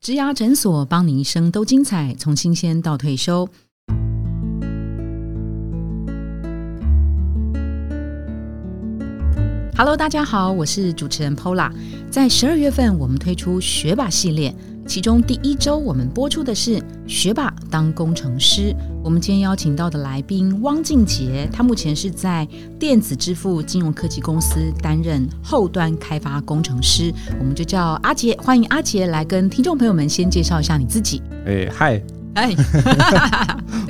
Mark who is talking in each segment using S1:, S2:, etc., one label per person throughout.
S1: 植牙诊所帮你一生都精彩，从新鲜到退休。Hello，大家好，我是主持人 Pola。在十二月份，我们推出学霸系列，其中第一周我们播出的是学霸当工程师。我们今天邀请到的来宾汪静杰，他目前是在电子支付金融科技公司担任后端开发工程师，我们就叫阿杰。欢迎阿杰来跟听众朋友们先介绍一下你自己。
S2: 哎、嗨，
S1: 哎，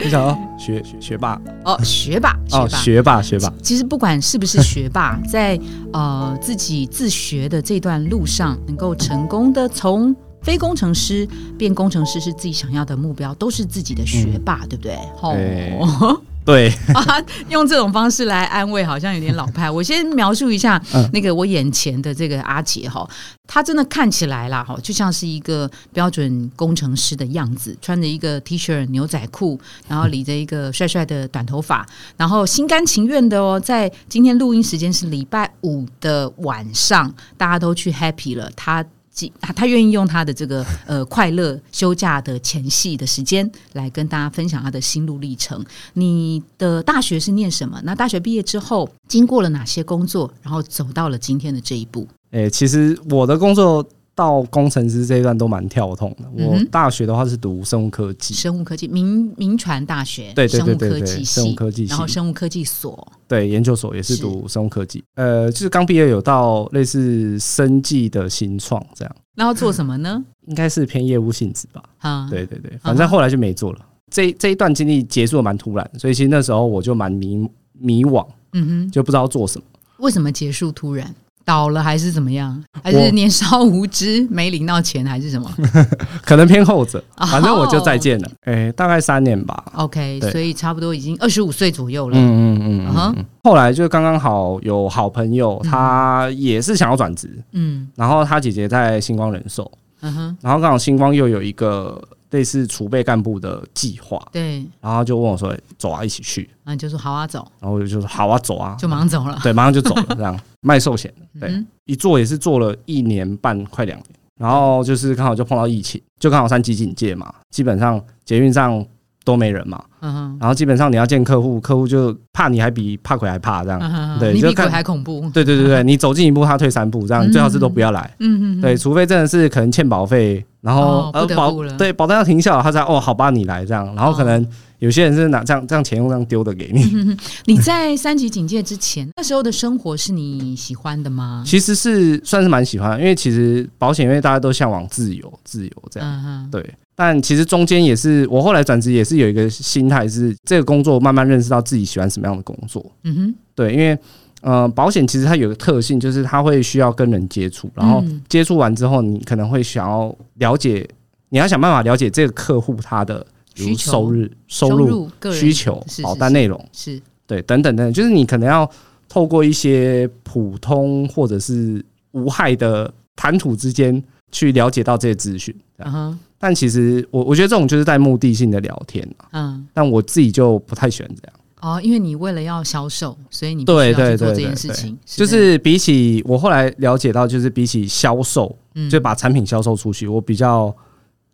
S2: 我想要学学学霸
S1: 哦，学霸，学
S2: 哦，
S1: 霸。
S2: 学霸学霸，
S1: 其实不管是不是学霸，在呃自己自学的这段路上，能够成功的从非工程师变工程师，是自己想要的目标，都是自己的学霸，对不对？哦，
S2: 哎对，
S1: 用这种方式来安慰，好像有点老派。我先描述一下
S2: 嗯
S1: 那个我眼前的这个阿杰哈，他真的看起来啦哈，就像是一个标准工程师的样子，穿着一个 T 恤、牛仔裤，然后理着一个帅帅的短头发，然后心甘情愿的哦，在今天录音时间是礼拜五的晚上，大家都去 happy 了，他。既他他愿意用他的这个呃快乐休假的前戏的时间来跟大家分享他的心路历程。你的大学是念什么？那大学毕业之后经过了哪些工作，然后走到了今天的这一步？
S2: 哎、其实我的工作到工程师这一段都蛮跳痛的。
S1: 嗯
S2: 我
S1: 哼
S2: 大学的话是读生物科技，
S1: 生物科技，民民传大学，
S2: 对对对
S1: 生物
S2: 对
S1: 科技
S2: 对，
S1: 系，
S2: 生物科技系
S1: 然，后生物科技所，
S2: 对，研究所也是
S1: 是
S2: 读生物科技。呃，就是刚毕业有到类似生技的新创这样，
S1: 然后做什么呢？
S2: 应该是偏业务性质吧。
S1: 啊，
S2: 对对对，反正后来就没做了。这这一段经历结束的蛮突然，所以其实那时候我就蛮迷迷惘，
S1: 嗯
S2: 就不知道做什么。
S1: 哼，为什么结束突然？倒了还是怎么样？还
S2: 我
S1: 是年少无知没领到钱还是什么
S2: 可能偏后者，
S1: 哦
S2: 反正我就再见了。诶、大概三年吧。
S1: ？OK，
S2: 对
S1: 所以差不多已经二十五岁左右了。
S2: 嗯嗯嗯
S1: 嗯哼
S2: 嗯嗯。后来就刚刚好有好朋友，他也是想要转职，
S1: 嗯
S2: 然后他姐姐在星光人寿，
S1: 嗯哼，
S2: 然后刚好星光又有一个类似储备干部的计划，
S1: 对，
S2: 然后他就问我说：“诶走啊，一起去。
S1: 啊，就说好啊，走，”
S2: 然后我就说：“好啊，走啊。
S1: 就忙走了”。
S2: 对，马上就走 了，这样卖寿险，对
S1: 嗯
S2: 一做也是做了一年半，快两年。然后就是刚好就碰到疫情，就刚好三级警戒嘛，基本上捷运上都没人嘛，
S1: 嗯哼
S2: 然后基本上你要见客户，客户就怕你还比怕鬼还怕这样。
S1: 嗯哼，
S2: 对
S1: 你
S2: 就
S1: 比鬼
S2: 看
S1: 还恐怖。
S2: 对对对对，你走进一步，他退三步，这样
S1: 嗯
S2: 最好是都不要来。
S1: 嗯嗯，嗯
S2: 对，，除非真的是可能欠保费，然后呃
S1: 哦不得
S2: 保
S1: 不了哦
S2: 对保单要停效了，他才哦好吧你来这样，然后可能有些人是拿这样这样钱用这样丢的给
S1: 嗯
S2: 你，
S1: 你在三级警戒之前，那时候的生活是你喜欢的吗？
S2: 其实是算是蛮喜欢的，因为其实保险业大家都向往自由自由这样，
S1: 嗯哼，
S2: 对。但其实中间也是，我后来转职也是有一个心态是，这个工作慢慢认识到自己喜欢什么样的工作，
S1: 嗯哼，
S2: 对，因为呃，保险其实它有个特性，就是它会需要跟人接触，然后
S1: 嗯
S2: 接触完之后，你可能会想要了解，你要想办法了解这个客户他的比如
S1: 需求
S2: 收入、收
S1: 收
S2: 入、
S1: 入、个人
S2: 需求
S1: 是、
S2: 保单内容，
S1: 是
S2: 对，等等等等，就是你可能要透过一些普通或者是无害的谈吐之间去了解到这些资讯。这
S1: 嗯
S2: 样
S1: 哼，
S2: 但其实我我觉得这种就是带目的性的聊天啊、
S1: 嗯。
S2: 但我自己就不太喜欢这样。
S1: 哦，因为你为了要销售，所以你必须
S2: 对
S1: 要去
S2: 对
S1: 做这
S2: 对对
S1: 件事
S2: 对
S1: 情，
S2: 就是比起我后来了解到，就是比起销售，
S1: 嗯
S2: 就把产品销售出去，我比较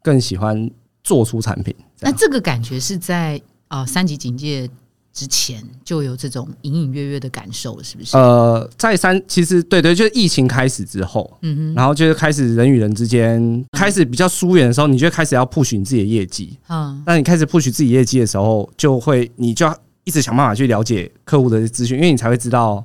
S2: 更喜欢做出产品。这
S1: 那
S2: 样
S1: 这个感觉是在啊三级警戒之前就有这种隐隐约约的感受了，是不是？
S2: 呃，再三其实对对，就是疫情开始之后，
S1: 嗯
S2: 然后就是开始人与人之间开始比较疏远的时候，你就开始要 push 你自己的业绩。
S1: 哼，嗯
S2: 那你开始 push 自己业绩的时候，就会你就要一直想办法去了解客户的资讯，因为你才会知道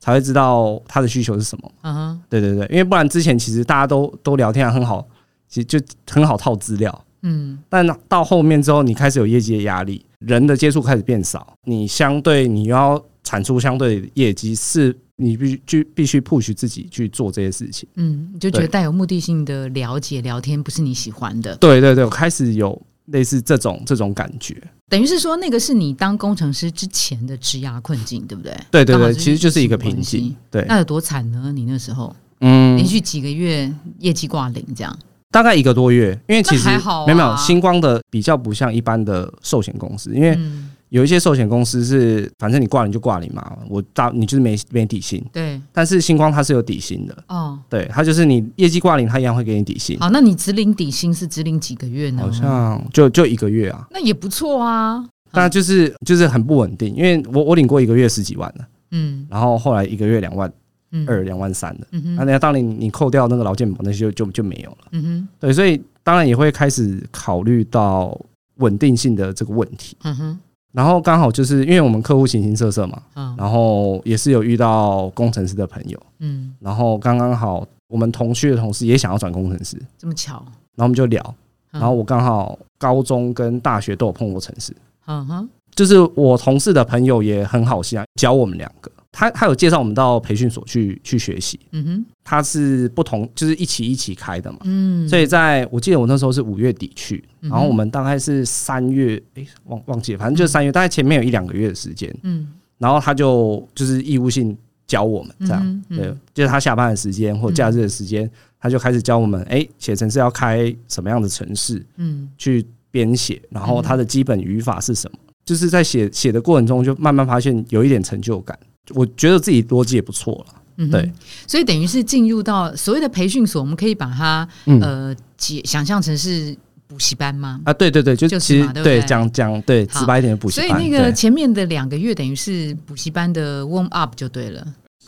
S2: 才会知道他的需求是什么。
S1: 嗯哼，
S2: 对对对，因为不然之前其实大家都都聊天、啊、很好，其实就很好套资料。
S1: 嗯
S2: 但到后面之后，你开始有业绩的压力，人的接触开始变少，你相对你要产出相对的业绩，是你必须必须 push 自己去做这些事情。
S1: 嗯，你就觉得
S2: 对
S1: 带有目的性的了解聊天不是你喜欢的，
S2: 对对对，我开始有类似这种这种感觉。
S1: 等于是说，那个是你当工程师之前的职涯困境，对不对？
S2: 对对
S1: 刚好
S2: 对，其实就是一个瓶
S1: 疫情关
S2: 颈
S1: 系。
S2: 对，
S1: 那有多惨呢？你那时候
S2: 嗯
S1: 连，续几个月业绩挂零，这样
S2: 大概一个多月，因为其实
S1: 那还好啊
S2: 没有没有星光的比较不像一般的寿险公司，因为
S1: 嗯
S2: 有一些寿险公司是，反正你挂你就挂你嘛，我大你就是没没底薪。
S1: 对，
S2: 但是星光它是有底薪的，
S1: 哦，
S2: 对，它就是你业绩挂零，它一样会给你底薪，
S1: 好，那你只领底薪是只领几个月呢？
S2: 嗯好像就就一个月啊，
S1: 那也不错啊。
S2: 但就是就是很不稳定，因为我我领过一个月十几万的，
S1: 嗯
S2: 然后后来一个月两万
S1: 嗯
S2: 二、两万三的，
S1: 嗯哼
S2: 那那当然你你扣掉那个劳健保那些就就就没有了，
S1: 嗯哼
S2: 对，所以当然也会开始考虑到稳定性的这个问题。
S1: 嗯哼
S2: 然后刚好就是因为我们客户形形色色嘛，
S1: 嗯
S2: 然后也是有遇到工程师的朋友，
S1: 嗯，
S2: 然后刚刚好我们同区的同事也想要转工程师，
S1: 这么巧。
S2: 然后我们就聊，
S1: 嗯
S2: 然后我刚好高中跟大学都有碰过城市，
S1: 嗯哼
S2: 就是我同事的朋友也很好心啊，教我们两个，他他有介绍我们到培训所去去学习，
S1: 嗯哼
S2: 他是不同就是一起一起开的嘛，
S1: 嗯，
S2: 所以在我记得我那时候是五月底去，
S1: 嗯哼
S2: 然后我们大概是三月，诶，忘忘记了，反正就是三月，大概前面有一两个月的时间，
S1: 嗯
S2: 然后他就就是义务性教我们这样。
S1: 嗯哼
S2: 对
S1: 嗯，
S2: 就是他下班的时间或假日的时间，他就开始教我们，哎、写程式要开什么样的程式
S1: 嗯
S2: 去编写，然后
S1: 嗯
S2: 它的基本语法是什么。就是在写写的过程中，就慢慢发现有一点成就感。我觉得自己逻辑也不错了，
S1: 嗯哼
S2: 对，
S1: 所以等于是进入到所谓的培训所，我们可以把它
S2: 嗯、
S1: 呃解想象成是补习班吗？
S2: 啊，对对对，就
S1: 就是
S2: 其实
S1: 嘛对不
S2: 对
S1: 对
S2: 讲讲对
S1: 好
S2: 直白一点的补习
S1: 所以
S2: 班，
S1: 那个
S2: 对
S1: 前面的两个月等于是补习班的 warm up 就对了，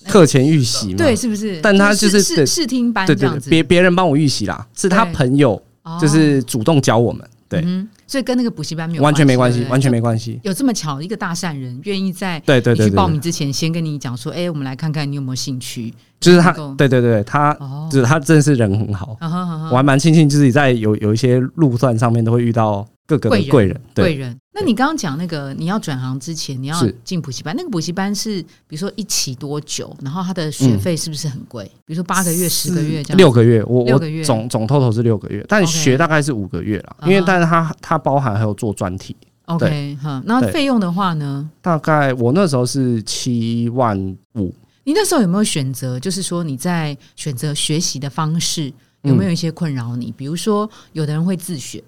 S2: 课前预习嘛，
S1: 呃对，是不是？
S2: 但他就是
S1: 试
S2: 对
S1: 试试听班
S2: 对
S1: 这
S2: 对
S1: 样
S2: 对
S1: 子，
S2: 别别人帮我预习啦，是他
S1: 对
S2: 朋友
S1: 哦
S2: 就是主动教我们，对
S1: 嗯哼所以跟那个补习班没有
S2: 完全没关
S1: 对
S2: 系，
S1: 不对
S2: 完全没关系，
S1: 有这么巧，一个大善人愿意在
S2: 对对
S1: 你
S2: 对
S1: 去
S2: 对，
S1: 报
S2: 对
S1: 名之前，先跟你讲说，哎、我们来看看你有没有兴趣。
S2: 就是他
S1: 能够，
S2: 对对对，他
S1: 哦，
S2: 就是他真的是人很好，
S1: 啊哈啊哈
S2: 我还蛮庆幸自己在有有一些路段上面都会遇到各个的
S1: 贵
S2: 贵人，
S1: 贵
S2: 对，
S1: 人。那你刚刚讲那个，你要转行之前，你要
S2: 是
S1: 进补习班，那个补习班是比如说一起多久？然后它的学费是不是很贵？比如说八个月、十个月这样？
S2: 嗯六个月，我
S1: 六个月
S2: 我总总 total 是六个月，但
S1: OK
S2: 学大概是五个月了，
S1: 嗯哼
S2: 因为但是它它包含还有做专题，
S1: OK 哈。那
S2: 对
S1: 费用的话呢？
S2: 大概我那时候是七万五，
S1: 你那时候有没有选择？就是说你在选择学习的方式
S2: 嗯
S1: 有没有一些困扰你？比如说，有的人会自学，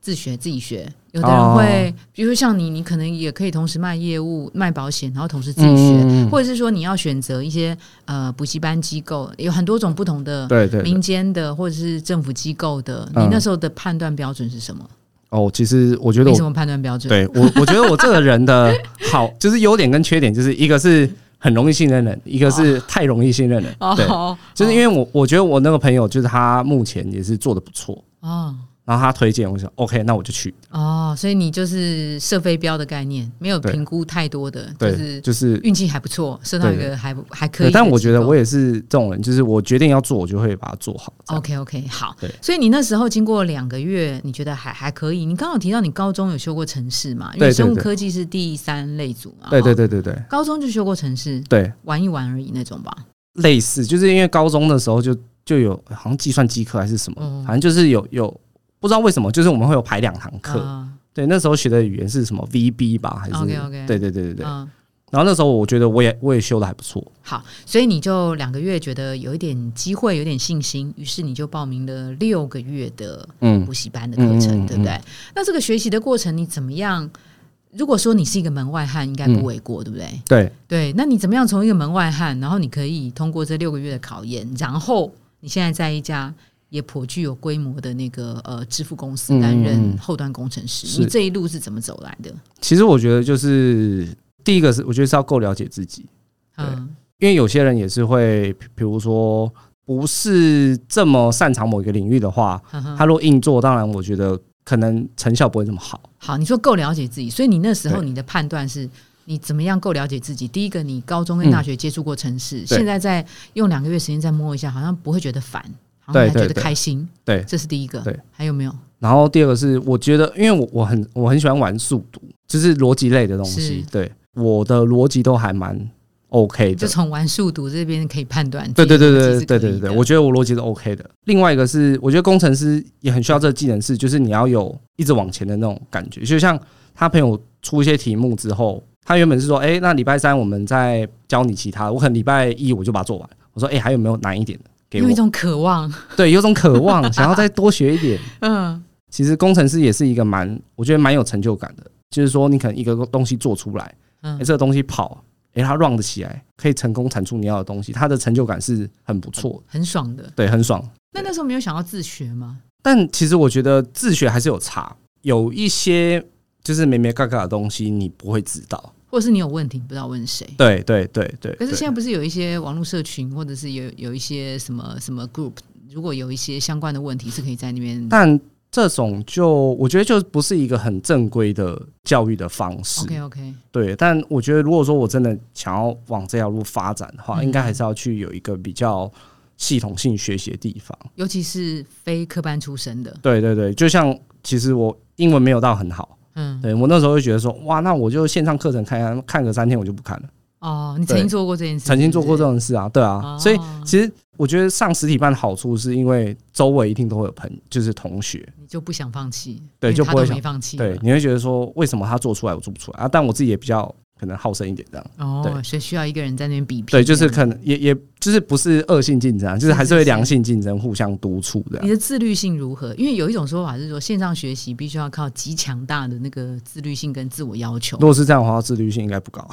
S1: 自学自己学；有的人
S2: 哦
S1: 会，比如说像你，你可能也可以同时卖业务、卖保险，然后同时自己学，
S2: 嗯，
S1: 或者是说你要选择一些呃补习班机构，有很多种不同的
S2: 对对对
S1: 民间的或者是政府机构的。
S2: 嗯
S1: 你那时候的判断标准是什么？
S2: 哦，其实我觉得
S1: 没
S2: 我
S1: 什么判断标准。
S2: 对我我觉得我这个人的好 就是优点跟缺点，就是一个是很容易信任人，一个是太容易信任人，对，
S1: 哦，
S2: 就是因
S1: 为
S2: 为我我觉得我那个朋友就是他目前也是做的不错，
S1: 哦
S2: 然后他推荐我想 OK，那我就去。
S1: 哦，所以你就是射飞镖的概念，没有
S2: 对
S1: 评估太多的，就
S2: 对，
S1: 是
S2: 就是
S1: 运气还不错，射到一
S2: 对
S1: 个还不还可以
S2: 对，
S1: 的机构。
S2: 但我觉得我也是这种人，就是我决定要做，我就会把它做好。这样
S1: OK OK 好
S2: 对，
S1: 所以你那时候经过两个月，你觉得还还可以？你刚好提到你高中有修过城市嘛？因
S2: 对
S1: 为
S2: 对
S1: 生物
S2: 对
S1: 科技是第三类组嘛。
S2: 对对
S1: 哈，
S2: 对对对
S1: 高中就修过城市，
S2: 对，
S1: 玩一玩而已那种吧。
S2: 类似，就是因为高中的时候就就有好像计算机课还是什
S1: 嗯
S2: 么，反正就是有有不知道为什么，就是我们会有排两堂课。
S1: 啊
S2: 对，那时候学的语言是什么 VB 吧，还是
S1: OK，OK
S2: 对对对对对。
S1: 嗯
S2: 然后那时候我觉得我也我也修的还不错，
S1: 好，所以你就两个月觉得有一点机会，有点信心，于是你就报名了六个月的
S2: 嗯
S1: 补习班的课程，
S2: 嗯嗯嗯
S1: 对不对？那这个学习的过程你怎么样？如果说你是一个门外汉，应该
S2: 嗯
S1: 不为过，对不对？
S2: 对。
S1: 对，那你怎么样从一个门外汉，然后你可以通过这六个月的考验，然后你现在在一家也颇具有规模的那个呃支付公司
S2: 嗯嗯
S1: 担任
S2: 嗯
S1: 后端工程师，
S2: 是
S1: 你这一路是怎么走来的？
S2: 其实我觉得就是第一个是我觉得是要够了解自己，对
S1: 嗯
S2: 因为有些人也是会，比比如说不是这么擅长某一个领域的话，
S1: 嗯哼
S2: 他如果硬做，当然我觉得可能成效不会这么好。
S1: 好，你说够了解自己，所以你那时候
S2: 对
S1: 你的判断是，你怎么样够了解自己？第一个，你高中跟大学接触过城
S2: 嗯
S1: 市，现在再用两个月时间再摸一下，好像不会觉得烦，好像
S2: 对
S1: 还觉
S2: 对
S1: 得
S2: 对
S1: 开心。
S2: 对
S1: 这是第一个。
S2: 对，
S1: 还有没有？
S2: 然后第二个是，我觉得因为我我很我很喜欢玩速读，就是逻辑类的东西
S1: 是，
S2: 对我的逻辑都还蛮 OK
S1: 就
S2: 的。
S1: 从玩数独这边可以判断自
S2: 对
S1: 己的
S2: 对对
S1: 逻辑
S2: 对
S1: 是可以的。
S2: 对对对对，我觉得我逻辑是 OK 的。另外一个是，我觉得工程师也很需要这个技能是，就是你要有一直往前的那种感觉。就像他朋友出一些题目之后，他原本是说，哎、那礼拜三我们再教你其他的，我可能礼拜一我就把它做完。我说，哎、还有没有难一点的给
S1: 有
S2: 我
S1: 一？种渴 望，
S2: 对，有种渴望想要再多学一点。
S1: 嗯
S2: 其实工程师也是一个蛮，我觉得蛮有成就感的就是说你可能一个东西做出来，哎、
S1: 嗯
S2: 这个东西跑，哎、它 run 得起来，可以成功产出你要的东西，它的成就感是很不错的，
S1: 很爽的。
S2: 对，很爽。
S1: 那那时候没有想要自学吗？
S2: 但其实我觉得自学还是有差，有一些就是没没嘎嘎的东西你不会知道。
S1: 或者是你有问题不知道问谁？
S2: 对对对对。
S1: 可是现在
S2: 在
S1: 不是有一些网络社群，或者是有有一些什么什么 group，如果有一些相关的问题，是可以在那边。
S2: 但这种就我觉得就不是一个很正规的教育的方式。
S1: OK OK，
S2: 对，但我觉得如果说我真的想要往这条路发展的话，
S1: 嗯
S2: 应该还是要去有一个比较系统性学习的地方。
S1: 尤其是非科班出身的，
S2: 对对对，就像其实我英文没有到很好，
S1: 嗯，
S2: 对我那时候就觉得说，哇，那我就线上课程看看看个三天，我就不看了。
S1: 哦，你曾经
S2: 对
S1: 做过这件事，
S2: 曾经做过这
S1: 种，
S2: 种事啊，对啊，所以
S1: 哦
S2: 其实我觉得上实体班的好处是因为周围一定都会有朋，就是同学，
S1: 你就不想放弃，
S2: 对
S1: 因为
S2: 就
S1: 他
S2: 不会
S1: 都
S2: 想
S1: 没放弃嘛，
S2: 对，你会觉得说为什么他做出来我做不出来啊？但我自己也比较可能好胜一点这样。
S1: 哦，
S2: 对
S1: 所以需要一个人在那边比拼，
S2: 对，就是
S1: 这样
S2: 可能也也就是不是恶性竞争啊，就是还是嗯
S1: 是
S2: 会
S1: 是
S2: 良性竞争，互相督促的
S1: 你。的自律性如何？因为有一种说法是说，线上学习必须要靠极强大的那个自律性跟自我要求
S2: 如。果是这样的话，自律性应该不 高。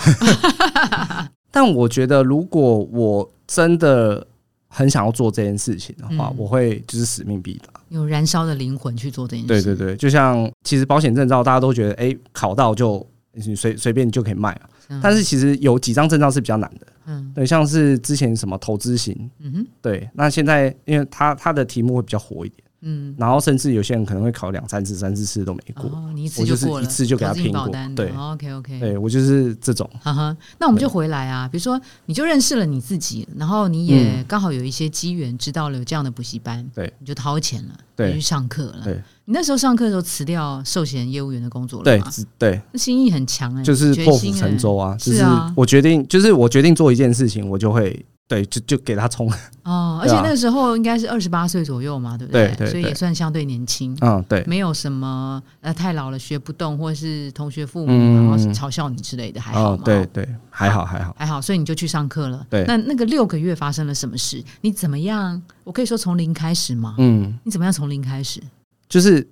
S2: 但我觉得，如果我真的很想要做这件事情的话，
S1: 嗯
S2: 我会就是使命啊必达。
S1: 有燃烧的灵魂去做这件事。
S2: 对对对，就像其实保险证照，大家都觉得哎、考到就你随随便就可以卖啊。
S1: 嗯
S2: 但是其实有几张证照是比较难的，
S1: 嗯
S2: 对，像是之前什么投资型，
S1: 嗯哼
S2: 对，那现在因为它它的题目会比较活一点，
S1: 嗯，
S2: 然后甚至有些人可能会考两三次、三四次都没过。
S1: 哦，你一次
S2: 我就是
S1: 过了，
S2: 一次就给他
S1: 投资型
S2: 拼
S1: 保
S2: 过
S1: 单
S2: 对
S1: ，OK OK，
S2: 对我就是这种，
S1: 哦哈哈。那我们就回来啊，比如说你就认识了你自己，然后你也刚好有一些机缘，知道了有这样的补习班，
S2: 嗯对，
S1: 你就掏钱了，
S2: 对
S1: 你去上课了。
S2: 对
S1: 你那时候上课的时候辞掉寿险业务员的工作了
S2: 对
S1: 嘛？
S2: 只对，
S1: 那心意很强哎，
S2: 就是
S1: 决
S2: 破
S1: 心
S2: 釜
S1: 欸
S2: 沉舟啊，就是是
S1: 啊
S2: 我决定，就是我决定做一件事情，我就会对，就就给他冲，
S1: 哦，而
S2: 对
S1: 且
S2: 啊
S1: 那个时候应该是二十八岁左右嘛，对不
S2: 对对
S1: 所以也
S2: 对
S1: 算相对年轻，
S2: 嗯，对，
S1: 没有什么呃太老了学不动，或是同学父母、
S2: 嗯
S1: 然后嘲笑你之类的，还好
S2: 哦
S1: 嘛、，
S2: 对，对，还好还好，
S1: 还好，所以你就去上课了。
S2: 对
S1: 那那个六个月发生了什么事？你怎么样？我可以说从零开始吗？
S2: 嗯，
S1: 你怎么样从零开始？
S2: 就是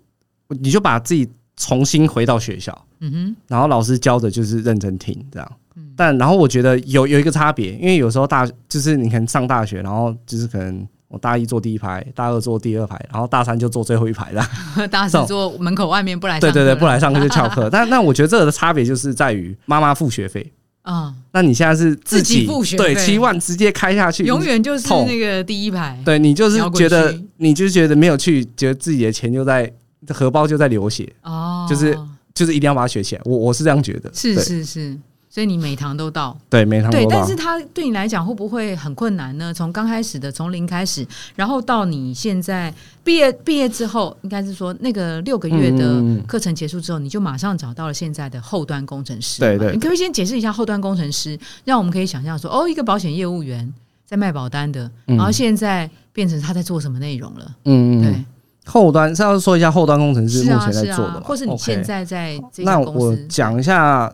S2: 你就把自己重新回到学校，
S1: 嗯
S2: 然后老师教的就是认真听这样
S1: 嗯。
S2: 但然后我觉得有有一个差别，因为有时候大就是你可能上大学，然后就是可能我大一坐第一排，大二坐第二排，然后大三就坐最后一排的。
S1: 哼， 大家是坐门口外面不来上
S2: 对
S1: 课
S2: 对
S1: 了，
S2: 对，不来上课就翘 课。但但我觉得这个的差别就是在于妈妈付学费，
S1: 啊、
S2: 那你现在是
S1: 自己
S2: 己
S1: 付学费
S2: 对七万直接开下去，
S1: 永
S2: 你
S1: 远就是
S2: 痛
S1: 那个第一排。
S2: 对你就是
S1: 摇滚
S2: 觉得
S1: 区
S2: 你就觉得没有去，觉得自己的钱就在荷包就在流血，
S1: 哦，
S2: 就是就是一定要把它学起来。我我是这样觉得，
S1: 是
S2: 对
S1: 是是，所以你每堂都到。
S2: 对，没堂
S1: 对，
S2: 过
S1: 但
S2: 吧
S1: 是？它对你来讲会不会很困难呢？从刚开始的从零开始，然后到你现在毕业毕业之后，应该是说那个六个月的
S2: 嗯嗯嗯
S1: 课程结束之后，你就马上找到了现在的后端工程师嘛。
S2: 对对对
S1: 你可不可以先解释一下后端工程师，让我们可以想象说，哦，一个保险业务员在卖保单的，
S2: 嗯
S1: 然后现在变成他在做什么内容了？
S2: 嗯嗯，嗯
S1: 对，
S2: 后端是要说一下后端工程师
S1: 是
S2: 目
S1: 啊
S2: 前在
S1: 是
S2: 做的
S1: 啊
S2: 嘛，
S1: 或是你
S2: OK
S1: 现在在这
S2: 那
S1: 个公
S2: 我
S1: 司
S2: 讲一下，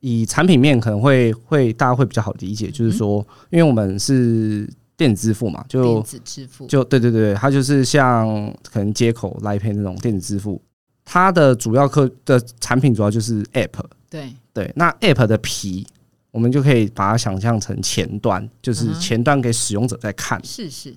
S2: 以产品面可能会会大家会比较好理解，
S1: 嗯
S2: 就是说，因为我们是电子支付嘛，
S1: 电
S2: 就
S1: 子支付，
S2: 就对对对，它就是像可能接口、来 pay 那种电子支付，它的主要客的产品主要就是 App。
S1: 对，
S2: 对，那 App 的皮，我们就可以把它想象成前端，就是
S1: 嗯哼
S2: 前端给使用者在看。
S1: 是是，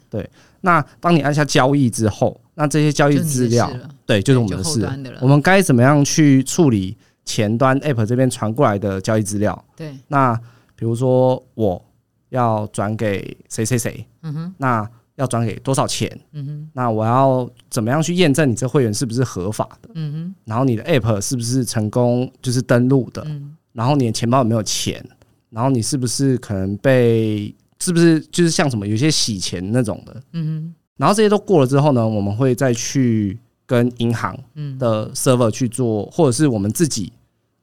S2: 那当你按下交易之后，那这些交易
S1: 就你的
S2: 资料
S1: 事，了
S2: 对，就是我们
S1: 就
S2: 的
S1: 后
S2: 事了。
S1: 端的了
S2: 我，们该怎么样去处理前端 App 这边传过来的交易资料？
S1: 对，
S2: 那比如说我要转给谁谁谁，
S1: 嗯哼，
S2: 那要转给多少钱？
S1: 嗯哼，
S2: 那我要怎么样去验证你这会员是不是合法的？
S1: 嗯哼。
S2: 然后你的 App 是不是成功就是登录的？
S1: 嗯
S2: 然后你的钱包有没有钱？然后你是不是可能被是不是就是像什么有些洗钱那种的？
S1: 嗯
S2: 然后这些都过了之后呢，我们会再去跟银行
S1: 嗯，
S2: 的 server 去做，或者是我们自己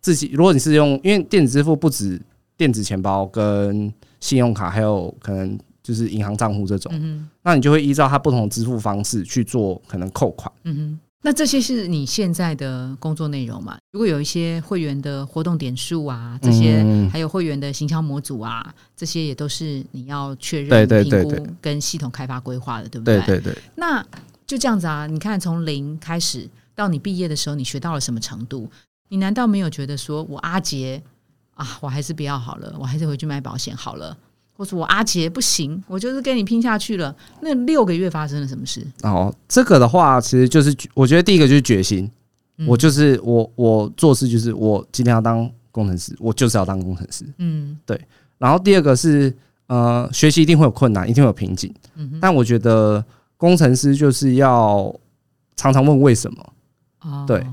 S2: 自己。如果你是用，因为电子支付不止电子钱包跟信用卡，还有可能就是银行账户这种，
S1: 嗯
S2: 那你就会依照它不同的支付方式去做可能扣款。
S1: 哼，嗯哼。那这些是你现在的工作内容嘛？如果有一些会员的活动点数啊，这些、
S2: 嗯
S1: 还有会员的行销模组啊，这些也都是你要确认、
S2: 对对对
S1: 评
S2: 对
S1: 估跟系统开发规划的，对不
S2: 对对对，
S1: 那就这样子啊，你看从零开始到你毕业的时候，你学到了什么程度？你难道没有觉得说我阿杰啊，我还是不要好了，我还是回去买保险好了？或者我阿杰不行，我就是跟你拼下去了。那六个月发生了什么事？
S2: 哦，这个的话，其实就是我觉得第一个就是决心，
S1: 嗯
S2: 我就是我我做事就是我今天要当工程师，我就是要当工程师。
S1: 嗯
S2: 然后第二个是呃，学习一定会有困难，一定会有瓶颈，
S1: 嗯哼
S2: 但我觉得工程师就是要常常问为什么。
S1: 哦嗯
S2: 对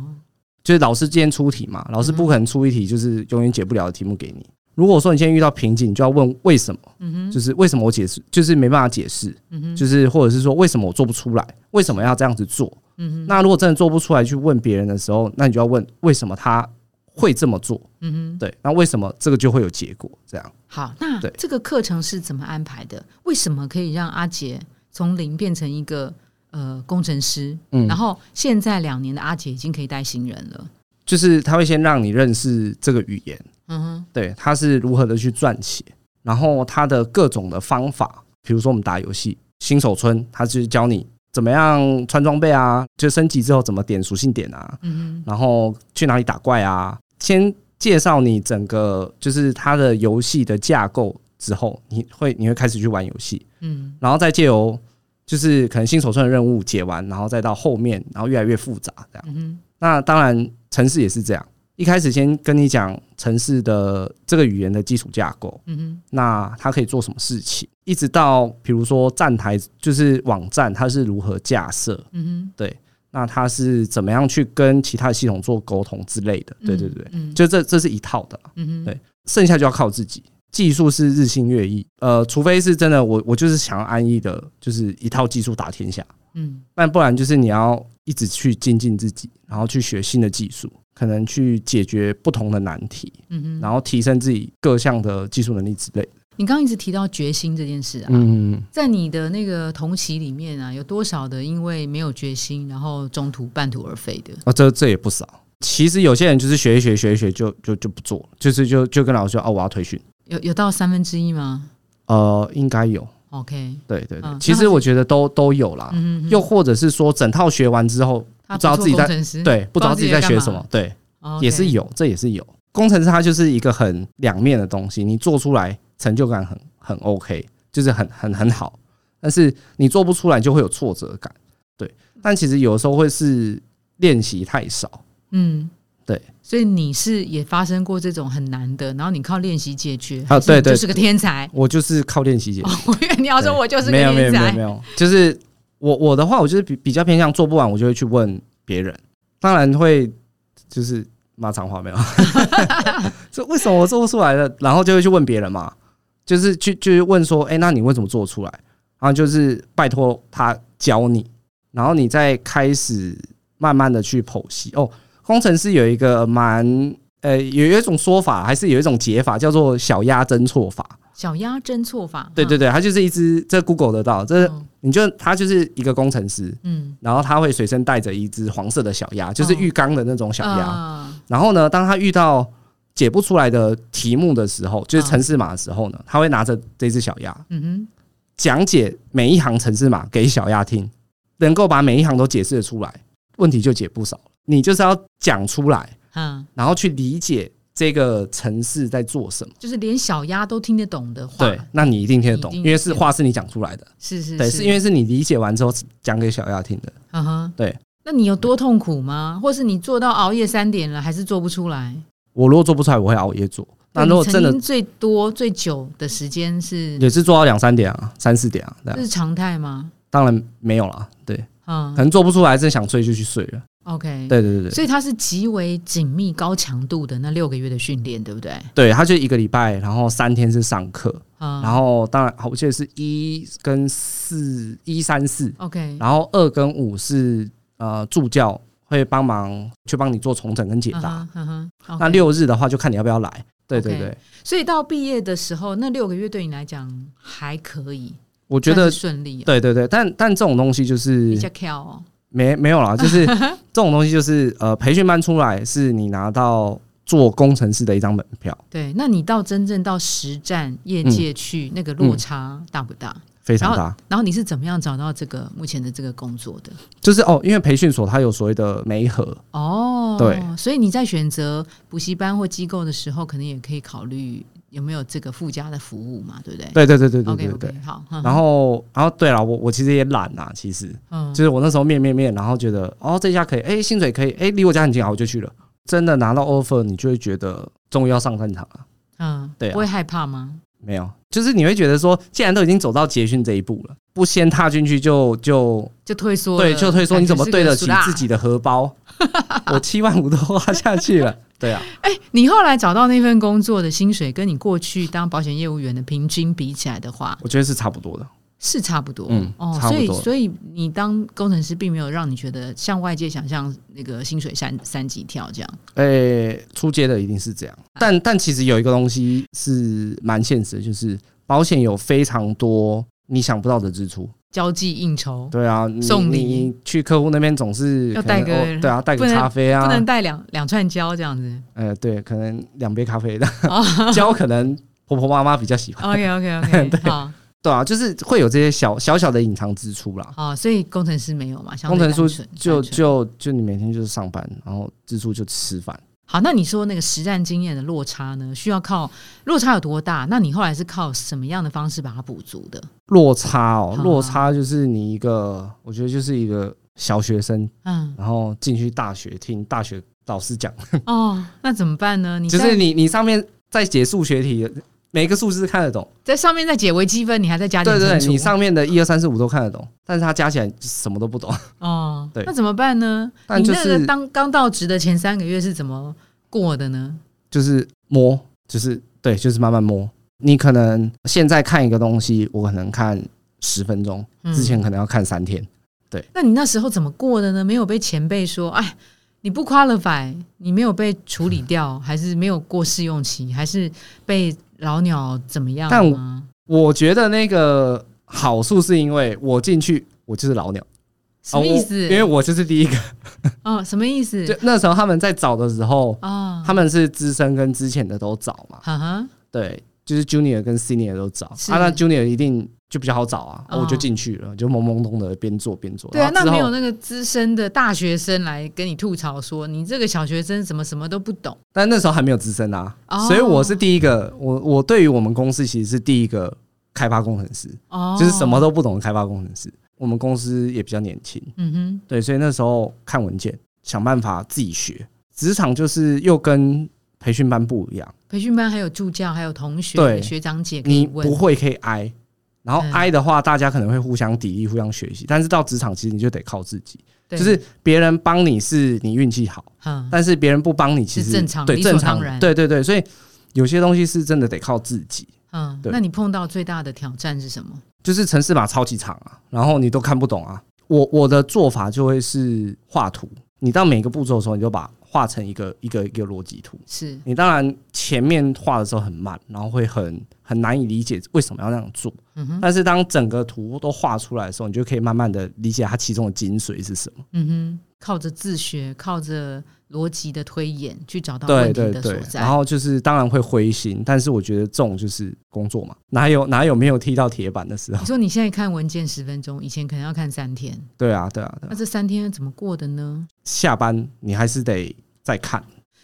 S2: 就是老师今天出题嘛，老师不可能出一题就是永远解不了的题目给你。如果说你现在遇到瓶颈，你就要问为什么，
S1: 嗯哼
S2: 就是为什么我解释，就是没办法解释，
S1: 嗯哼
S2: 就是或者是说为什么我做不出来，为什么要这样子做？
S1: 嗯哼
S2: 那如果真的做不出来，去问别人的时候，那你就要问为什么他会这么做？
S1: 嗯哼。
S2: 对，那为什么这个就会有结果？这样
S1: 好，那
S2: 对
S1: 这个课程是怎么安排的？为什么可以让阿杰从零变成一个呃工程师？
S2: 嗯
S1: 然后现在两年的阿杰已经可以带新人了。
S2: 就是他会先让你认识这个语言，
S1: 嗯哼，
S2: 对，他是如何的去撰写，然后他的各种的方法，比如说我们打游戏新手村，他就是教你怎么样穿装备啊，就升级之后怎么点属性点啊，
S1: 嗯
S2: 然后去哪里打怪啊，先介绍你整个就是它的游戏的架构之后，你会你会开始去玩游戏，
S1: 哼，嗯
S2: 然后再借由就是可能新手村的任务解完，然后再到后面，然后越来越复杂这样。
S1: 嗯哼，
S2: 那当然，城市也是这样。一开始先跟你讲城市的这个语言的基础架构，
S1: 嗯哼，
S2: 那它可以做什么事情，一直到比如说站台，就是网站它是如何架设，
S1: 嗯哼，
S2: 那它是怎么样去跟其他系统做沟通之类的。对对对，
S1: 嗯，
S2: 就这这是一套的啦，
S1: 嗯哼，
S2: 对剩下就要靠自己。技术是日新月异，呃，除非是真的我我就是想要安逸的，就是一套技术打天下，
S1: 嗯
S2: 那不然就是你要一直去精进自己，然后去学新的技术，可能去解决不同的难题，
S1: 嗯哼。
S2: 然后提升自己各项的技术能力之类的。
S1: 你刚刚一直提到决心这件事啊，
S2: 嗯，
S1: 在你的那个同期里面啊，有多少的因为没有决心，然后中途半途而废的？
S2: 哦，这这也不少。其实有些人就是学一学学一学就就就不做了，就是就就跟老师说哦，我要退训。
S1: 有有到三分之一吗
S2: 呃，应该有，
S1: ？OK，
S2: 对对对。
S1: 嗯
S2: 其实我觉得都都有啦，
S1: 嗯哼，
S2: 啊又或者是说整套学完之后，
S1: 他
S2: 不知道
S1: 做
S2: 自己在
S1: 工程师，
S2: 对，嗯不知道自己在学什么，对，
S1: OK，
S2: 也是有，这也是有。工程师它就是一个很两面的东西，你做出来成就感很很 OK，就是很很很好，但是你做不出来就会有挫折感，对。但其实有时候会是练习太少，
S1: 嗯，
S2: 对。
S1: 所以你是也发生过这种很难的，然后你靠练习解决，
S2: 啊
S1: 还是
S2: 对
S1: 你
S2: 对
S1: 就是个天才。
S2: 我就是靠练习解决。
S1: 哦，我以为你要说
S2: 对
S1: 我就是个
S2: 没有没有
S1: 天
S2: 没有没
S1: 才，
S2: 有，就是我我的话，我就是比比较偏向做不完，我就会去问别人，当然会就是骂脏话没有， 这为什么我做不出来了？然后就会去问别人嘛，就是去就是问说，哎、那你为什么做出来？然后就是拜托他教你，然后你再开始慢慢的去剖析。哦，工程师有一个蛮呃有有一种说法，还是有一种解法叫做小鸭侦错法。
S1: 小鸭侦错法。
S2: 对对对，它就是一只这 Google 得到，这
S1: 嗯
S2: 你就他就是一个工程师，
S1: 嗯，
S2: 然后他会随身带着一只黄色的小鸭，就是浴缸的那种小鸭。
S1: 啊
S2: 然后呢，当他遇到解不出来的题目的时候，就是城市码的时候呢，他会拿着这只小鸭
S1: 嗯
S2: 讲解每一行城市码给小鸭听，能够把每一行都解释得出来，问题就解不少了。你就是要讲出来，
S1: 哼，啊，
S2: 然后去理解这个城市在做什么。
S1: 就是连小鸭都听得懂的话，
S2: 对，那你一定听得懂，
S1: 一定
S2: 因为是话是你讲出来的，
S1: 是是
S2: 对，
S1: 是
S2: 是因为是你理解完之后讲给小鸭听的。
S1: 嗯哼，
S2: 对。
S1: 那你有多痛苦吗？或是你做到熬夜三点了，还是做不出来？
S2: 我如果做不出来，我会熬夜做。那
S1: 对
S2: 如果
S1: 你
S2: 真的
S1: 曾经最多最久的时间是
S2: 也是做到两三点啊，三四点啊，这
S1: 这
S2: 样
S1: 是常态吗？
S2: 当然没有啦。对，
S1: 嗯
S2: 可能做不出来，真想睡就去睡了。
S1: ，OK，
S2: 对对对对，
S1: 嗯所以它是极为紧密、高强度的那六个月的训练，对不对？
S2: 对，他就一个礼拜，然后三天是上课，
S1: 啊、
S2: 然后当然我记得是一跟四一三四，
S1: OK，
S2: 然后二跟五是呃助教会帮忙去帮你做重整跟解
S1: 嗯
S2: 答。
S1: 哼嗯哼，OK
S2: 那，六日的话就看你要不要来。对对
S1: OK
S2: 对，
S1: 所以到毕业的时候，那六个月对你来讲还可以，
S2: 我觉
S1: 算
S2: 得
S1: 是顺利、哦，
S2: 对对对，但但这种东西就是
S1: 比较跳哦。
S2: 没 没有啦，就是这种东西，就是呃，培训班出来是你拿到做工程师的一张门票，
S1: 对，那你到真正到实战业
S2: 嗯
S1: 界去，那个落差大不大？
S2: 非常大。
S1: 然后你是怎么样找到这个目前的这个工作的？
S2: 就是哦，因为培训所它有所谓的媒合，
S1: 哦，哦，
S2: 对，
S1: 所以你在选择补习班或机构的时候，可能也可以考虑有没有这个附加的服务嘛，对不对？
S2: 对对对对对
S1: o
S2: 对
S1: k
S2: 对
S1: OK，好。嗯
S2: 然后，然后对了，我我其实也懒啊，其实
S1: 嗯
S2: 就是我那时候面面面，然后觉得哦这家可以，哎薪水可以，哎离我家很近啊，我就去了。真的拿到 offer，你就会觉得终于要上战场了。
S1: 嗯，
S2: 对啊
S1: 不会害怕吗？
S2: 没有，就是你会觉得说，既然都已经走到捷讯这一步了，不先踏进去就就
S1: 就退缩了，
S2: 对，就退缩，
S1: 感觉
S2: 你怎么
S1: 是个
S2: 对得
S1: 俗
S2: 起
S1: 辣
S2: 自己？的 荷包？我七万五都花下去了，对啊，
S1: 哎、你后来找到那份工作的薪水，跟你过去当保险业务员的平均比起来的话，
S2: 我觉得是差不多的。
S1: 是差不多。
S2: 嗯
S1: 哦，
S2: 差不
S1: 所以
S2: 多
S1: 所以你当工程师，并没有让你觉得像外界想象那个薪水三三级跳这样。
S2: 诶、出街的一定是这样，但但其实有一个东西是蛮现实的，就是保险有非常多你想不到的支出。
S1: 交际应酬
S2: 对啊，你
S1: 送礼
S2: 你去客户那边总是
S1: 要
S2: 可能
S1: 带个
S2: 哦对啊，带
S1: 不
S2: 个
S1: 能
S2: 咖啡
S1: 不
S2: 啊
S1: 能，带两两串胶这样 子。
S2: 呃，对，可能两杯咖啡的，
S1: 哦
S2: 胶可能婆婆妈妈比较喜欢。
S1: OK OK OK，好
S2: 对啊，就是会有这些小小小的隐藏支出啦。
S1: 好，所以工程师没有嘛？相
S2: 工
S1: 对
S2: 程
S1: 单纯
S2: 师就
S1: 单纯
S2: 就就你每天就是上班，然后支出就吃饭。
S1: 好。那你说那个实战经验的落差呢？需要靠落差有多大？那你后来是靠什么样的方式把它补足的？
S2: 落差哦，
S1: 啊
S2: 落差就是你一个，我觉得就是一个小学生，
S1: 嗯
S2: 然后进去大学听大学老师讲，
S1: 哦，那怎么办呢？你
S2: 就
S1: 在
S2: 是你你上面在解数学题，每一个数字看得懂，
S1: 在上面在解微积分，你还在加
S2: 对
S1: 减
S2: 对，
S1: 乘
S2: 对
S1: 除
S2: 你上面的一二三四五都看得懂，但是他加起来什么都不懂。
S1: 哦，
S2: 对
S1: 那怎么办呢？
S2: 但就
S1: 你那
S2: 是
S1: 个当刚到职的前三个月是怎么过的呢？
S2: 就是摸，就是对，就是慢慢摸。你可能现在看一个东西，我可能看十分钟，
S1: 嗯
S2: 之前可能要看三天。
S1: 那你那时候怎么过的呢？没有被前辈说，哎，你不 qualify，你没有被处理掉，还是没有过试用期，还是被老鸟怎么样
S2: 但
S1: 吗？
S2: 我觉得那个好处是因为我进去，我就是老鸟，
S1: 什么意
S2: 啊
S1: 思
S2: 我因？为我就是第一个。
S1: 哦，什么意思？
S2: 就那时候他们在找的时候，
S1: 啊，
S2: 他们是资深跟之前的都找嘛，
S1: 哈哈，
S2: 对，就是 junior 跟 senior 都找。
S1: 是
S2: 啊，那 junior 一定就比较好找啊，
S1: 哦
S2: 我就进去了，就懵懵懂懂的边做边做。
S1: 对啊，
S2: 然
S1: 那
S2: 后之
S1: 没
S2: 后
S1: 有那个资深的大学生来跟你吐槽说，你这个小学生怎么什么都不懂。
S2: 但那时候还没有资深啊，
S1: 哦
S2: 所以我是第一个，我我对于我们公司其实是第一个开发工程师，
S1: 哦，
S2: 就是什么？都不懂的开发工程师。我们公司也比较年轻，
S1: 嗯哼，
S2: 对，所以那时候看文件，想办法自己学。职场就是又跟培训班不一样，
S1: 培训班还有助教，还有同学、
S2: 对
S1: 学长姐可以
S2: 你
S1: 问
S2: 不。会可以挨，然后
S1: 嗯
S2: 挨的话，大家可能会互相砥砺、互相学习。但是到职场，其实你就得靠自己，
S1: 对
S2: 就是别人帮你是你运气好，
S1: 嗯，
S2: 但是别人不帮你，其实
S1: 是正常
S2: 对
S1: 理所
S2: 正常
S1: 当，然
S2: 对对对，所以有些东西是真的得靠自己。
S1: 嗯，
S2: 对
S1: 那你碰到最大的挑战是什么？
S2: 就是城市码超级长啊，然后你都看不懂啊。我我的做法就会是画图，你到每个步骤的时候，你就把画成一个一个一个逻辑图。
S1: 是
S2: 你当然前面画的时候很慢，然后会很很难以理解为什么要那样做。
S1: 嗯哼，
S2: 但是当整个图都画出来的时候，你就可以慢慢的理解它其中的精髓是什么。
S1: 嗯哼，靠着自学，靠着逻辑的推演去找到问
S2: 对
S1: 题的
S2: 对
S1: 所
S2: 对，
S1: 在。
S2: 然后就是当然会灰心，但是我觉得这种就是工作嘛，哪有哪有没有踢到铁板的时候
S1: 你？说你现在看文件十分钟，以前可能要看三天，
S2: 对啊对啊对啊
S1: 那这三天怎么过的呢？
S2: 下班你还是得再看。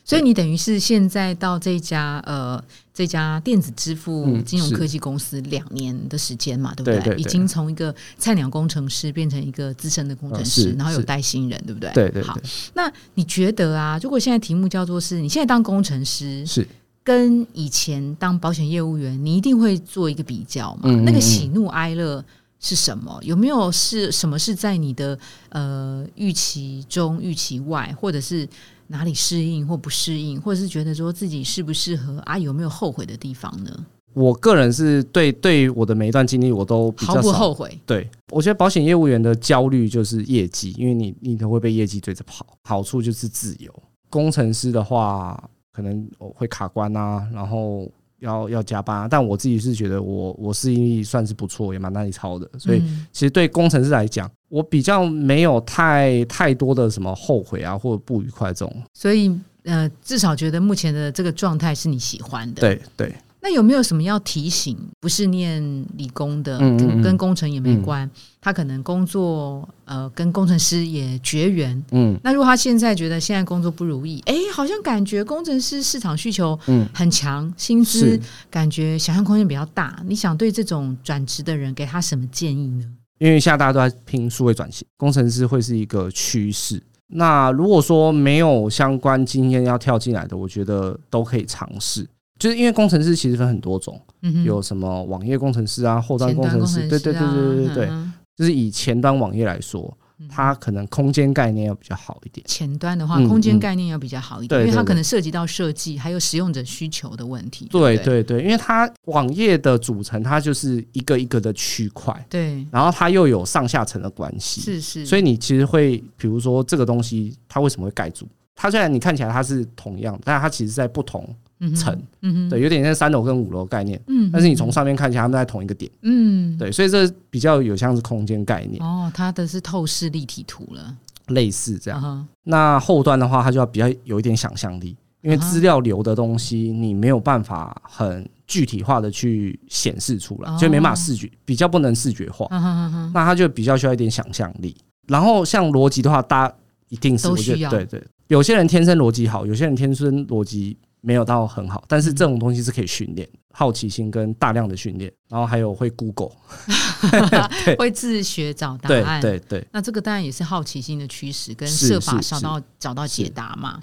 S1: 所以你等于是现在到这家呃这家电子支付
S2: 嗯
S1: 金融
S2: 是
S1: 科技公司两年的时间嘛，对不
S2: 对对对
S1: 已经从一个菜鸟工程师变成一个资深的工程
S2: 嗯
S1: 师，
S2: 是
S1: 然后有
S2: 是
S1: 带新人，对不对？
S2: 对对
S1: 好
S2: 对，
S1: 那你觉得啊，如果现在题目叫做是你现在当工程师，
S2: 是。
S1: 跟以前当保险业务员，你一定会做一个比较嘛？
S2: 嗯嗯嗯
S1: 那个喜怒哀乐是什么？有没有是什么是在你的呃预期中、预期外，或者是哪里适应或不适应，或者是觉得说自己适不适合啊？有没有后悔的地方呢？
S2: 我个人是对对于我的每一段经历，我都比
S1: 毫
S2: 较
S1: 不
S2: 少。
S1: 后悔。
S2: 对，我觉得保险业务员的焦虑就是业绩，因为你你都会被业绩追着跑。好处就是自由，工程师的话可能哦会卡关啊，然后要要加班啊、但我自己是觉得我我适应力算是不错，也蛮耐操的，所以
S1: 嗯
S2: 其实对工程师来讲，我比较没有太太多的什么后悔啊或者不愉快这种。
S1: 所以呃，至少觉得目前的这个状态是你喜欢的。
S2: 对对，
S1: 那有没有什么要提醒？不是念理工的，
S2: 嗯嗯嗯
S1: 跟工程也没关，他可能工作呃跟工程师也绝缘。
S2: 嗯
S1: 那如果他现在觉得现在工作不如意，哎，好像感觉工程师市场需求
S2: 嗯，
S1: 很强，薪资
S2: 是
S1: 感觉想象空间比较大。你想对这种转职的人给他什么建议呢？
S2: 因为现在大家都在拼数位转型，工程师会是一个趋势。那如果说没有相关经验要跳进来的，我觉得都可以尝试。就是因为工程师其实分很多种，
S1: 嗯哼，
S2: 有什么网页工程师啊、后端
S1: 前
S2: 工
S1: 端
S2: 程
S1: 工
S2: 师，对对对
S1: 啊
S2: 对对对对，
S1: 嗯
S2: 就是以前端网页来说，
S1: 嗯
S2: 它可能空间概念要比较好一点。
S1: 前端的话，
S2: 嗯
S1: 空间
S2: 嗯
S1: 概念要比较好一点，因
S2: 对
S1: 为它
S2: 对嗯对
S1: 可能涉及到设计还有使用者需求的问题。不
S2: 对
S1: 对
S2: 对对，因为它网页的组成，它就是一个一个的区块，
S1: 对，
S2: 然后它又有上下层的关系，
S1: 是是，
S2: 所
S1: 以
S2: 以你其实会，比如说这个东西，它为什么会盖住？它虽然你看起来它是同样，但它其实在不同层，
S1: 嗯哼，
S2: 对，有点像三楼跟五楼概念。
S1: 嗯哼，
S2: 但是你从上面看起来，它们在同一个点，
S1: 嗯，
S2: 对，所以这比较有像是空间概念，
S1: 哦，它的是透视立体图了，嗯
S2: 类似这样。
S1: 样，
S2: 那后端的话，它就要比较有一点想象力，因为
S1: 啊哈
S2: 资料流的东西你没有办法很具体化的去显示出来，就没办法
S1: 哦
S2: 视觉，比较不能视觉化。
S1: 嗯哼哼哼
S2: 那它就比较需要一点想象力。然后像逻辑的话，大家一定是
S1: 都
S2: 我觉
S1: 需要
S2: 得对对，有些人天生逻辑好，有些人天生逻辑没有到很好，但是
S1: 嗯
S2: 这种东西是可以训练，好奇心跟大量的训练，然后还有会 Google，
S1: 会自学找答
S2: 对
S1: 案，
S2: 对对。
S1: 那这个当然也是好奇心的驱使，跟
S2: 是
S1: 设法
S2: 是
S1: 找
S2: 是
S1: 到找到解
S2: 是
S1: 答嘛。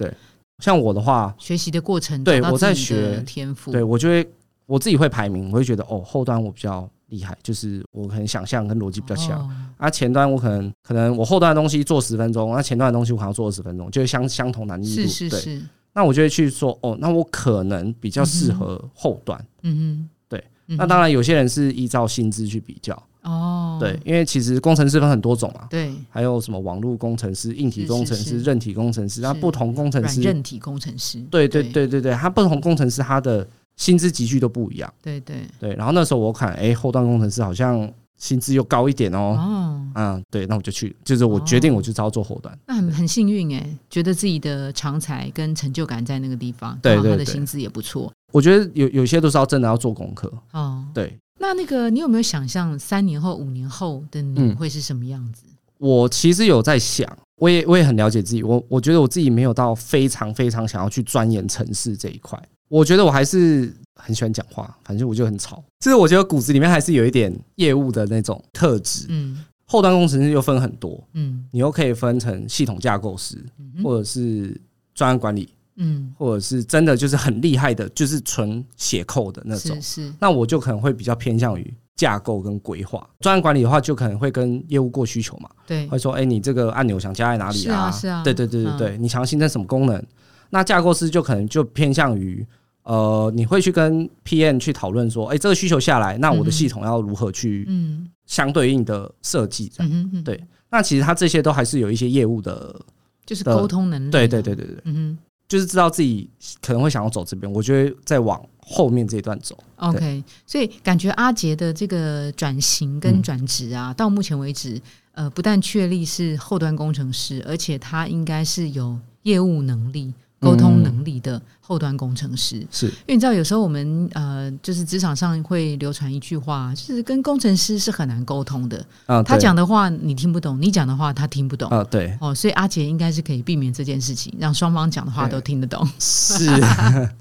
S2: 像我的话，
S1: 学习的过程，
S2: 对
S1: 找到
S2: 我在
S1: 自己的
S2: 学
S1: 天赋，
S2: 对我就会我自己会排名，我会觉得哦，后端我比较厉害，就是我可能想象跟逻辑比较强。
S1: 哦
S2: 啊，前端我可能可能我后端的东西做十分钟，那、啊前端的东西我可能要做二十分钟，就是相相同难易度。
S1: 是是
S2: 对，
S1: 是，
S2: 那我就会去说，哦，那我可能比较适合后端。
S1: 嗯哼，
S2: 对
S1: 嗯哼，
S2: 那当然，有些人是依照薪资去比较，
S1: 哦，
S2: 对，因为其实工程师分很多种嘛，
S1: 对，
S2: 还有什么网络工程师、硬体工程
S1: 是是
S2: 师、
S1: 是
S2: 韧体工程师，那
S1: 是
S2: 不同工程
S1: 软
S2: 师，
S1: 韧体工程师，
S2: 对对对对对，他不同工程师他的薪资集聚都不一样，
S1: 对对，
S2: 对。然后那时候我看，哎，后端工程师好像薪资又高一点哦，
S1: 哦，
S2: 嗯，对，那我就去，就是我决定
S1: 哦
S2: 我就只要做后端，
S1: 那很很幸运哎，觉得自己的长才跟成就感在那个地方，
S2: 对
S1: 刚好他
S2: 对
S1: 的
S2: 对
S1: 薪资也不错
S2: 我觉得有有些都是要真的要做功课，
S1: 哦。
S2: 对。
S1: 那那个，你有没有想象三年后、五年后的你
S2: 嗯
S1: 会是什么样子？
S2: 我其实有在想，我也我也很了解自己，我我觉得我自己没有到非常非常想要去钻研城市这一块。我觉得我还是很喜欢讲话，反正我就很吵，就是我觉得骨子里面还是有一点业务的那种特质。
S1: 嗯
S2: 后端工程师又分很多，
S1: 嗯
S2: 你又可以分成系统架构师，
S1: 嗯
S2: 或者是专案管理，
S1: 嗯，
S2: 或者是真的就是很厉害的，就是纯写扣的那种
S1: 是。是，
S2: 那我就可能会比较偏向于架构跟规划。专案管理的话，就可能会跟业务过需求嘛。
S1: 对
S2: 会说，哎、你这个按钮想加在哪里
S1: 是
S2: 啊？
S1: 啊是啊
S2: 对对对对对，你想要新增什么功能？那架构师就可能就偏向于，呃，你会去跟 PM 去讨论说，哎、这个需求下来，那我的系统要如何去
S1: 嗯
S2: 相对应的设计？这样
S1: 嗯哼哼，
S2: 对那其实它这些都还是有一些业务的，
S1: 就是
S2: 的
S1: 沟通能力，
S2: 对对，对对对，
S1: 嗯
S2: 就是知道自己可能会想要走这边，我觉得再往后面这一段走，
S1: 哼，OK，所以感觉阿杰的这个转型跟
S2: 嗯
S1: 转职啊，到目前为止，呃，不但确立是后端工程师，而且他应该是有业务能力、沟通
S2: 嗯
S1: 能力的后端工程师。
S2: 是
S1: 因为你知道，有时候我们呃，就是职场上会流传一句话，就是跟工程师是很难沟通的。
S2: 啊、
S1: 他
S2: 对
S1: 讲的话你听不懂，你讲的话他听不懂。
S2: 啊、 对，
S1: 哦，所以阿杰应该是可以避免这件事情，让双方讲的话
S2: 对
S1: 都听得懂。
S2: 是，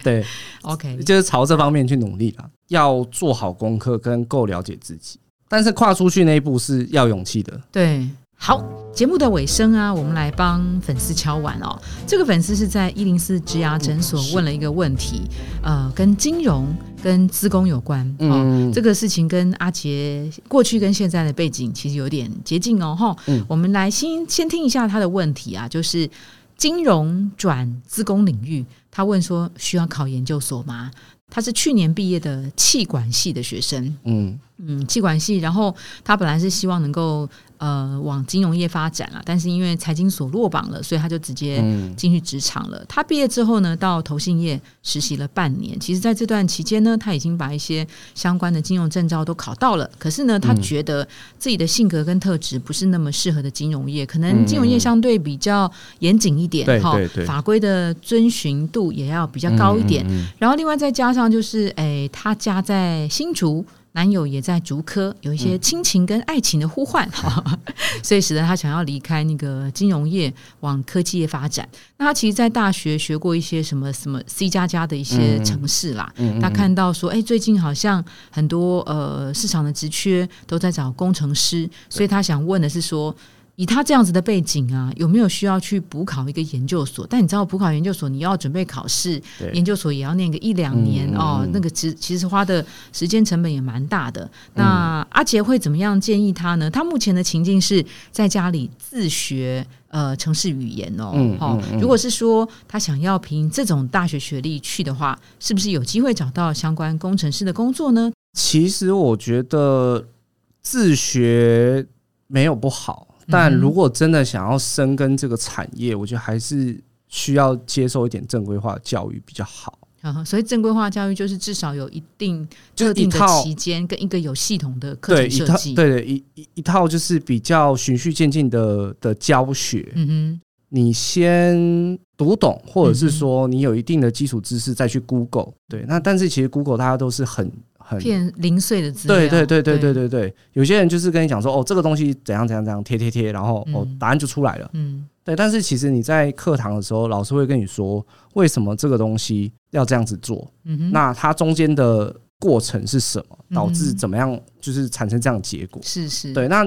S2: 对，
S1: OK，
S2: 就是朝这方面去努力啦。要做好功课跟够了解自己，但是跨出去那一步是要勇气的。
S1: 对，好，节目的尾声啊，我们来帮粉丝敲碗哦。这个粉丝是在一零四植牙诊所
S2: 嗯
S1: 问了一个问题，呃，跟金融跟资工有关哦。
S2: 嗯，
S1: 这个事情跟阿杰过去跟现在的背景其实有点接近哦，哈、
S2: 嗯
S1: 我们来先先听一下他的问题啊，就是金融转资工领域，他问说需要考研究所吗？他是去年毕业的气管系的学生，
S2: 嗯
S1: 嗯，气管系，然后他本来是希望能够呃往金融业发展了，但是因为财经所落榜了，所以他就直接
S2: 嗯，
S1: 进去职场了。他毕业之后呢，到投信业实习了半年。其实，在这段期间呢，他已经把一些相关的金融证照都考到了。可是呢，他
S2: 嗯
S1: 觉得自己的性格跟特质不是那么适合的金融业，可
S2: 嗯
S1: 能金融业相对比较严谨一点
S2: 对，
S1: 哈
S2: 对对，
S1: 法规的遵循度也要比较高一点。
S2: 嗯，
S1: 然后另外再加上就是，诶，他家在新竹，男友也在竹科，有一些亲情跟爱情的呼唤，哈，所以使得他想要离开那个金融业，往科技业发展。那他其实，在大学学过一些什么什么 C 加加的一些
S2: 嗯
S1: 城市啦，
S2: 嗯嗯嗯
S1: 他看到说，哎、最近好像很多呃市场的职缺都在找工程师，所以他想问的是说。以他这样子的背景啊，有没有需要去补考一个研究所？但你知道，补考研究所你要准备考试，
S2: 对
S1: 研究所也要念个一两年、
S2: 嗯嗯
S1: 哦
S2: 嗯，
S1: 那个其实其实花的时间成本也蛮大的。那阿杰会怎么样建议他呢？他目前的情境是在家里自学呃城市语言哦，
S2: 嗯
S1: 哦
S2: 嗯嗯
S1: 如果是说他想要凭这种大学学历去的话，是不是有机会找到相关工程师的工作呢？
S2: 其实我觉得自学没有不好，但
S1: 嗯哼
S2: 如果真的想要深耕这个产业，我觉得还是需要接受一点正规化的教育比较好。
S1: 啊，所以正规化教育就是至少有一定
S2: 就是
S1: 特定
S2: 一
S1: 的
S2: 套
S1: 期间跟一个有系统的课
S2: 对
S1: 程
S2: 一
S1: 设
S2: 套，
S1: 计。
S2: 对对一一一套就是比较循序渐进的的教学，
S1: 嗯哼，
S2: 你先读懂，或者是
S1: 嗯哼
S2: 说你有一定的基础知识再去 Google。对，那但是其实 Google 大家都是很很
S1: 骗零碎的资料。
S2: 对对对对对
S1: 对，
S2: 对对，有些人就是跟你讲说，哦，这个东西怎样怎样怎样贴贴贴，然后哦
S1: 嗯
S2: 答案就出来了。
S1: 嗯
S2: 对，但是其实你在课堂的时候，老师会跟你说为什么这个东西要这样子做，
S1: 嗯哼，
S2: 那它中间的过程是什么，导致
S1: 嗯
S2: 怎么样就是产生这样的结果。
S1: 是是，
S2: 对，那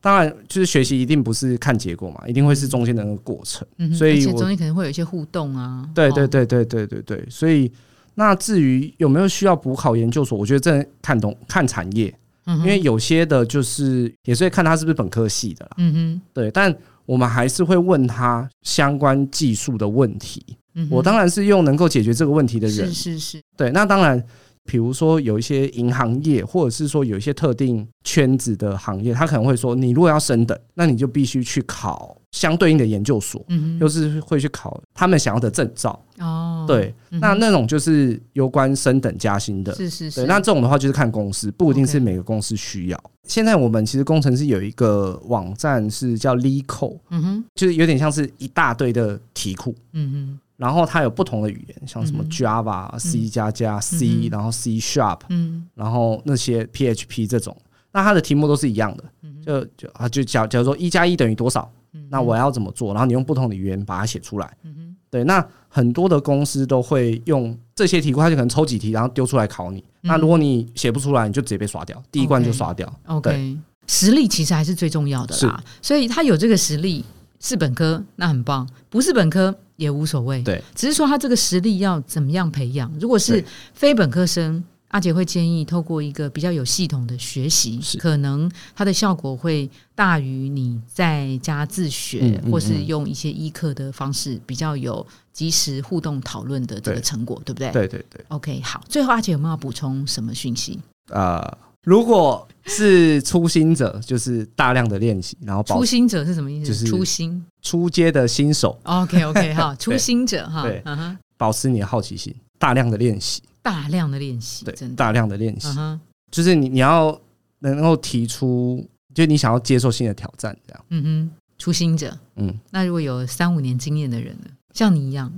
S2: 当然就是学习一定不是看结果嘛，一定会是中间的那个过程。
S1: 嗯哼，
S2: 所以
S1: 而且
S2: 我
S1: 中间可能会有一些互动啊。
S2: 对
S1: 哦
S2: 对，对对对对对，所以那至于有没有需要补考研究所，我觉得这看懂看产业，
S1: 嗯哼
S2: 因为有些的就是也是会看他是不是本科系的啦，
S1: 嗯哼，
S2: 对，但我们还是会问他相关技术的问题。
S1: 嗯哼
S2: 我当然是用能够解决这个问题的人
S1: 是，是是，
S2: 对，那当然。比如说有一些银行业，或者是说有一些特定圈子的行业，他可能会说，你如果要升等，那你就必须去考相对应的研究所，
S1: 嗯
S2: 又
S1: 哼，
S2: 是会去考他们想要的证照。
S1: 哦，
S2: 对，
S1: 嗯哼，
S2: 那那种就是有关升等加薪的。
S1: 是是是，
S2: 对，那这种的话就是看公司，不一定是
S1: OK
S2: 每个公司需要。现在我们其实工程师有一个网站是叫 Lico，
S1: 嗯哼，
S2: 就是有点像是一大堆的题库，
S1: 嗯哼，
S2: 然后它有不同的语言，像什么
S1: 嗯
S2: Java、C 啊加加、C，
S1: 嗯
S2: 然后 C Sharp，
S1: 嗯
S2: 然后那些 PHP 这种。那它的题目都是一样的，
S1: 嗯哼，
S2: 就就啊，就假假如说一加一等于多少，
S1: 嗯
S2: 那
S1: 哼
S2: 我，要怎么做？然后你用不同的语言把它写出来。
S1: 嗯哼，
S2: 对，那很多的公司都会用这些题库，它就可能抽几题，然后丢出来考你。
S1: 嗯
S2: 那如果你写不出来，你就直接被刷掉，第一关就刷掉。
S1: OK，实力其实还是最重要的啦。所以他有这个实力，是本科那很棒，不是本科也无所谓。
S2: 对，
S1: 只是说他这个实力要怎么样培养。如果是
S2: 对
S1: 非本科生，阿杰会建议透过一个比较有系统的学习
S2: 是，
S1: 可能它的效果会大于你在家自学，
S2: 嗯嗯
S1: 或是
S2: 嗯
S1: 用一些医课的方式，比较有及时互动讨论的这个
S2: 对
S1: 成果，对不对
S2: 对对对，
S1: ？OK，好。最后阿杰有没有要补充什么讯息？
S2: 呃，如果是初心者，就是大量的练习，然后保
S1: 初心者是什么意思？
S2: 就是
S1: 初心。
S2: 初阶的新手，
S1: OK OK 哈，初心者哈
S2: 对，
S1: 嗯哼，
S2: 保持你的好奇心，大量的练习，
S1: 大量的练习，
S2: 对，
S1: 真的，
S2: 大量的练习，
S1: 嗯哼，
S2: 就是你你要能够提出，就你想要接受新的挑战，这样。
S1: 嗯哼，初心者。
S2: 嗯，
S1: 那如果有三五年经验的人呢？像你一 样，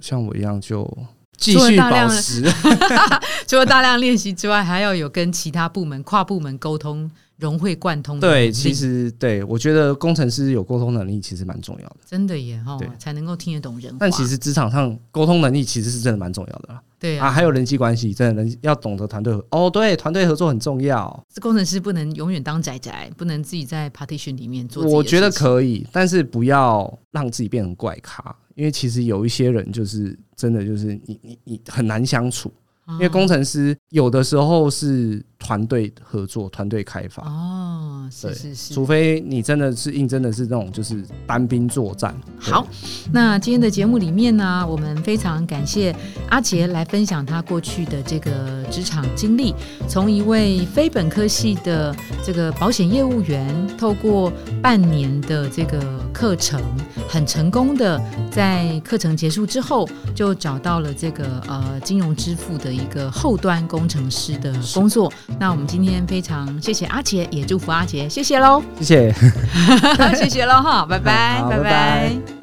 S2: 像我一样就继
S1: 做了
S2: 续
S1: 大量
S2: 保
S1: 的
S2: 持。
S1: 除了大量练习之外，还要有跟其他部门、跨部门沟通、融会贯通的能力。
S2: 对，其实对我觉得工程师有沟通能力其实蛮重要的，
S1: 真的耶哈
S2: 对，
S1: 才能够听得懂人话。
S2: 但其实职场上沟通能力其实是真的蛮重要的啦。
S1: 对
S2: 啊，
S1: 啊，
S2: 还有人际关系，真的人要懂得团队合哦，对，团队合作很重要。
S1: 这工程师不能永远当宅宅，不能自己在 partition 里面做自己的事情。
S2: 我觉得可以，但是不要让自己变成怪咖，因为其实有一些人就是真的就是你你你很难相处，
S1: 因
S2: 因为工程师有的时候是团队合作、团队开发，
S1: 哦，是
S2: 对
S1: 是是，
S2: 除非你真的是应征的是那种就是单兵作战。对
S1: 好，，那今天的节目里面呢，我们非常感谢阿杰来分享他过去的这个职场经历，从一位非本科系的这个保险业务员，透过半年的这个课程，很成功的在课程结束之后，就找到了这个呃金融支付的一个后端工程师的工作。那我们今天非常谢谢阿杰，也祝福阿杰，谢谢喽，
S2: 谢谢。
S1: 谢谢喽哈，拜拜，
S2: 好
S1: 拜
S2: 拜
S1: 拜
S2: 拜